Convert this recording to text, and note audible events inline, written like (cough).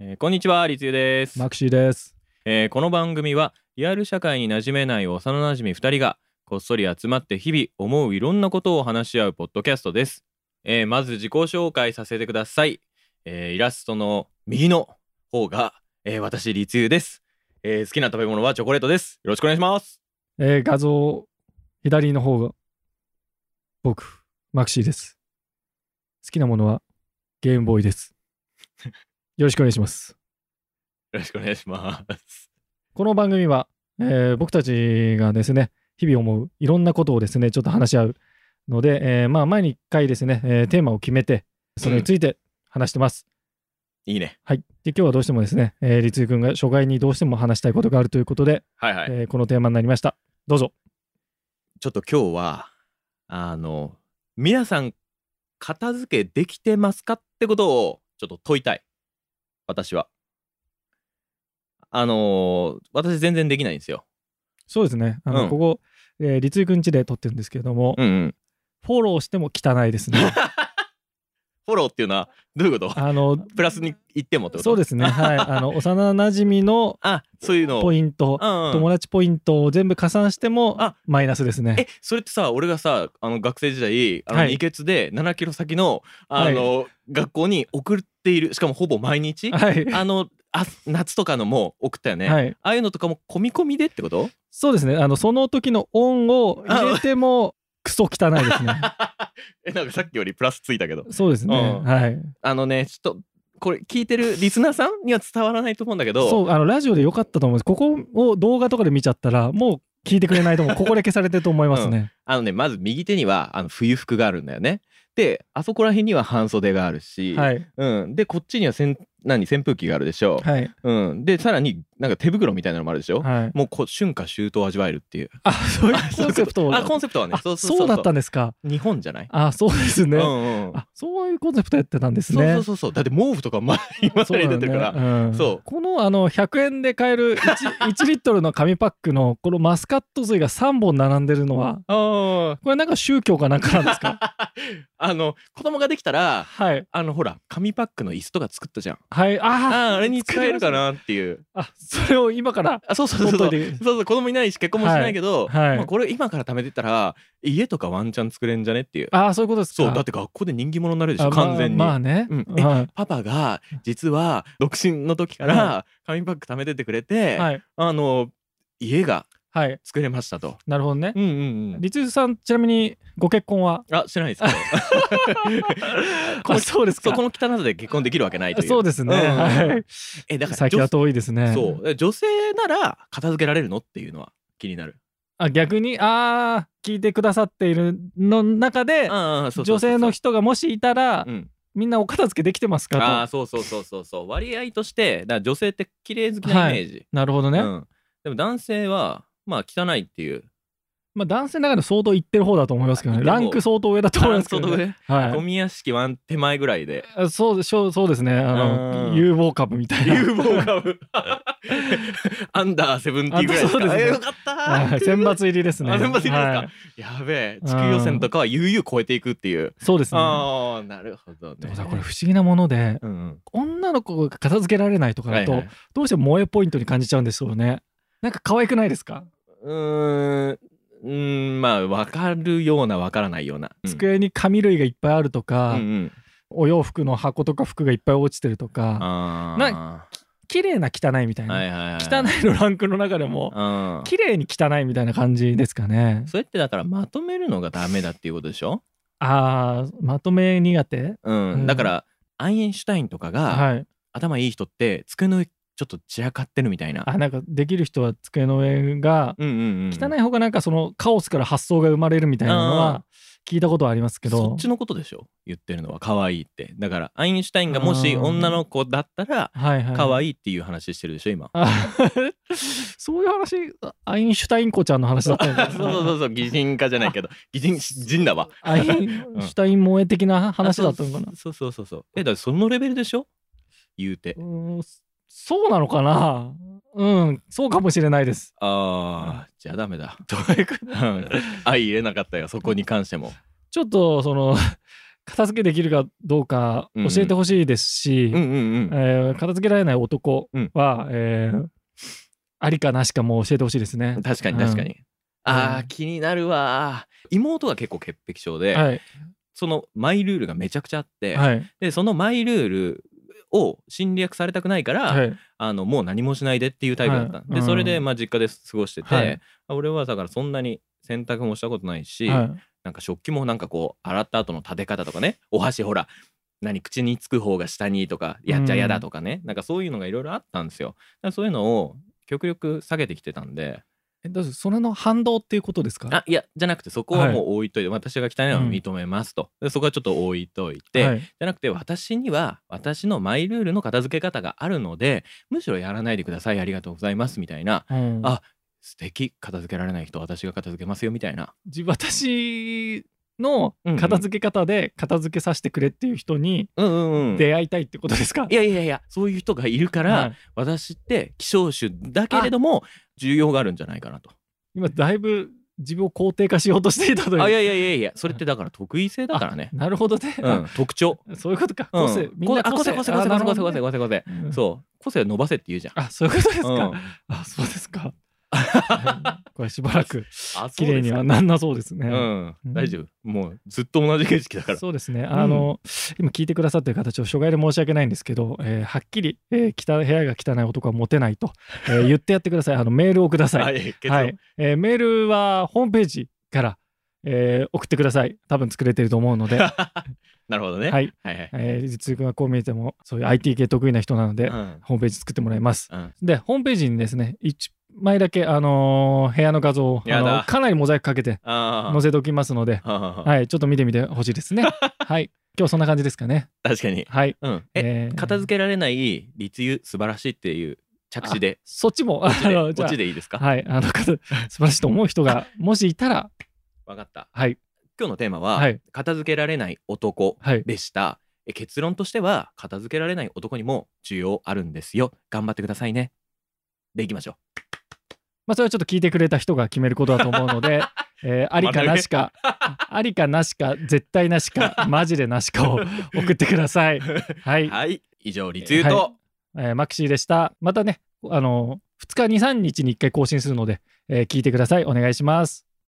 えーこんにちは、りつゆです、マクシーです。えーこの番組はリアル社会に馴染めない幼馴染2人がこっそり集まって日々思ういろんなことを話し合うポッドキャストです。えーまず自己紹介させてください。えーイラストの右の方が、えー私、りつゆです、えー好きな食べ物はチョコレートです。よろしくお願いします。えー画像、左の方が、僕、マクシーです。好きなものは、ゲームボーイです。よろしくお願いします。よろしくお願いします。この番組は、えー僕たちがですね、日々思ういろんなことをですね、ちょっと話し合うので、えーまあ、毎に1回ですね、えーテーマを決めて、それについて話してます。いいね。はい。で、今日はどうしてもですね、えー、立井くんが初回にどうしても話したいことがあるということで、はいはい。えーこのテーマになりました。どうぞ。ちょっと今日はあの皆さん片付けできてますかってことをちょっと問いたい私はあのー私全然できないんですよそうですね。あの、うんここ、えー、立井くん家で撮ってるんですけれども、うんうんフォローしても汚 (laughs) いですね。フォローっていうのはどういう (laughs) ことあの、プラスに言ってもってことそうですね。はい。あの、幼馴 (laughs) 染のあそういうのポイント、うんうん友達ポイントを全部加算してもあ、マイナスですねえ。それってさ俺がさあの学生時代あのはい二血で7キロ先のあの、学校に送っているしかもほぼ毎日はい。あのあ夏とかのも送ったよね、はい。ああいうのとかも込み込みでって (laughs) ことそうですね。あの、その時のオンを入れても、クソ汚いで (laughs) すね。えなんかさっきよりプラスついたけどそうですねう。んはい。あのねちょっとこれ聞いてるリスナーさんには伝わらないと思うんだけどそう、あの、ラジオでよかったと思うんです。ここを動画とかで見ちゃったら、もう聞いてくれないと思う。ここで消されてると思いますね。あのねまず右手にはあの冬服があるんだよねであそこら辺には半袖があるし、はい。うん、でこっちにはせん何扇風機があるでしょ、はい。うん、でさらになんか手袋みたいなのもあるでしょ、はい。もうこう春夏秋冬を味わえるっていう (laughs) あ、そういうコンセプトを。あコンセプトはねあそうそうそうそうだったんですか。日本じゃない、あ、そうですね。うんうんあ、そういうコンセプトやってたんですそうね。そうそうそうだって毛布とか前にまさに出てるから、そうだねうんそうこのあの100円で買える 1, (laughs) 1リットルの紙パックのこのマスカット水が3本並んでるのはああこれなんか宗教かなんかなんですか (laughs) あの子供ができたらはいあのほら紙パックの椅子とか作ったじゃんはいああーああれに使えるかなっていうあそれを今からあそうそうそ取うそうそうっといてそう子供いないし結婚もしないけど、はいはいまあ、これ今から貯めてたら家とかワンチャン作れんじゃねっていうああそういうことですかそうだって学校で人気者になるでしあょまあ完全に、まあね、うんえ (laughs) はパパが実は独身の時から紙パック貯めててくれて、いはいあの家がはい作れましたとなるほどねうんうんうん立井さんちなみにご結婚はあしてないで (laughs) すけどこのあそうですそかこの汚さで結婚できるわけないというそうですね、うんうんうんはいえ (laughs) だから先は遠いですねそうだから女性なら片付けられるのっていうのは気になるあ逆にあー聞いてくださっているの中でああそうそうそう女そう性の人がもしいたら、うん、みんなお片付けできてますああかそうそうそうそうそう割合としてだから女性って綺麗好きなイメージ、となるほどね、うん、でも男性はまあ汚いっていうまあ男性の中で相当いってる方だと思いますけどねでもランク相当上だと思いますけど、ね、ねはゴミ屋敷ワン手前ぐらいでいあそうでしょうそうですねあうんの有望株みたいな有望株 (laughs) アンダーセブンティーぐらいですかあそうですねあよかったー (laughs) はい選抜入りですねあ選抜入りですかはいやべえ地区予選とかは悠々超えていくっていうそうですねああなるほどねでもさこれ不思議なものでうんうん女の子が片付けられないとかはだいと、はいどうしても萌えポイントに感じちゃうんですよねなんか可愛くないですか、うーんうーんまあ分かるような分からないような、うん机に紙類がいっぱいあるとうんか、うん、お洋服の箱とか服がいっぱい落ちてるとかあ綺麗な汚いみたいーな、はいはいはい汚いのランクの中でもうん綺麗に汚いみたいな感じですかねそれってだからまとめるのがダメだっていうことでしょ、あーまとめ苦手うんうんだからアインシュタインとかが、はい頭いい人って机の上ちょっと散らかってるみたいなあなんかできる人は机の上がうんうんうん、汚い方がなんかそのカオスから発想が生まれるみたいなのあーは聞いたことはありますけそどっちのことでしょ言ってるのは可愛いってだからアインシュタインがもしあー女の子だったらはいはい可い愛いっていう話してるでしょ今 (laughs) そういう話アインシュタイン子ちゃんの話だった (laughs) んそうだそうそうそう擬人化じゃないけど擬 (laughs) 人人だわアインシュタイン萌え的な話だったのかなあそうそうそうそうそうえだからそのレベルでしょ言うてうーんそうなのかなうんそうかもしれないですあーじゃあダメだどういうこと愛入れなかったよそこに関してもちょっとその (laughs) 片付けできるかどうかうんうん教えてほしいですし、うんうんうん。えー片付けられない男は、えーありかなしかもう教えてほしいですね。確かに確かに。ああ、気になるわー。妹が結構潔癖症で、はい、そのマイルールがめちゃくちゃあって、はい、でそのマイルールを侵略されたくないから、はい、あのもう何もしないでっていうタイプだった、はいでうんそれでまあ実家で過ごしてて、はい俺はだからそんなに洗濯もしたことないし、はいなんか食器もなんかこう洗った後の立て方とかねお箸ほら何口につく方が下にとかやっちゃ嫌だとかね、なんかそういうのがいろいろあったんですよだからそういうのを極力下げてきてたんでえどうぞそれの反動っていうことですかあいやじゃなくてそこはもう置いといて、私が汚いのは認めますと、でそこはちょっと置いといて、はいじゃなくて私には私のマイルールの片付け方があるのでむしろやらないでくださいありがとうございますみたいなうんあ素敵片付けられない人私が片付けますよみたいなじ私の片付け方で片付けさせてくれっていう人にうんうんうん出会いたいってことですか、いやいやいやそういう人がいるから、はい私って希少種だけれども重要があるんじゃないかなと今だいぶ自分を肯定化しようとしていたというあいやいやいやいやそれってだから得意性だからね、あなるほどね、うん、特徴あそういうことか、うん個性みんなあ個個性性個性個性あ個性個なる性個性個ほどね性個性うんそう個性伸ばせって言うじゃんあそういうことですか、うんあそうで (laughs) すかはいこれしばらくあそ綺うで麗すにかはなんなそうですね、うん大丈夫もうずっと同じ景色だからそうですねあの、今聞いてくださってる方ちょっと初回で申し訳ないんですけど、えーはっきり、えー汚い部屋が汚い男はモテないと、えー言ってやってくださいあのメールをくださいはい、結論はいえーメールはホームページから、えー送ってください多分作れてると思 (laughs) うので、はなるほどね。いはいはいはい。えー、実力がこう見えてもそういう IT 系得意な人なので、うんホームページ作ってもらいますうんでホームページにですね1枚だけ、あのー部屋の画像をあやだのかなりモザイクかけてあ載せておきますので、あ、ははい、ちょっと見てみてほしいです (laughs) ねはい今日そんな感じですかねい、確かに。はい、うん、え、えー片付けられない立油素晴らしいっていう着地で、そっちもこっちで、あこのじゃあっちでいいですか。はいあのか素晴らしいと思う人がもしいたらわかった。はい今日のテーマは、はい片付けられない男はいでした。え結論としては片付けられない男にも需要あるんですよ。頑張ってくださいね。でいきましょまあ、それはちょっと聞いてくれた人が決めることだと思うので、えーありかなしか、 (laughs) ありかなしか、絶対なしか、マジでなしかを送ってください。はう。い。はい、以上立油と、はえーマクシーでした。またね、あの、2日、2、3日に1回更新するので、えー聞いてください。お願いします。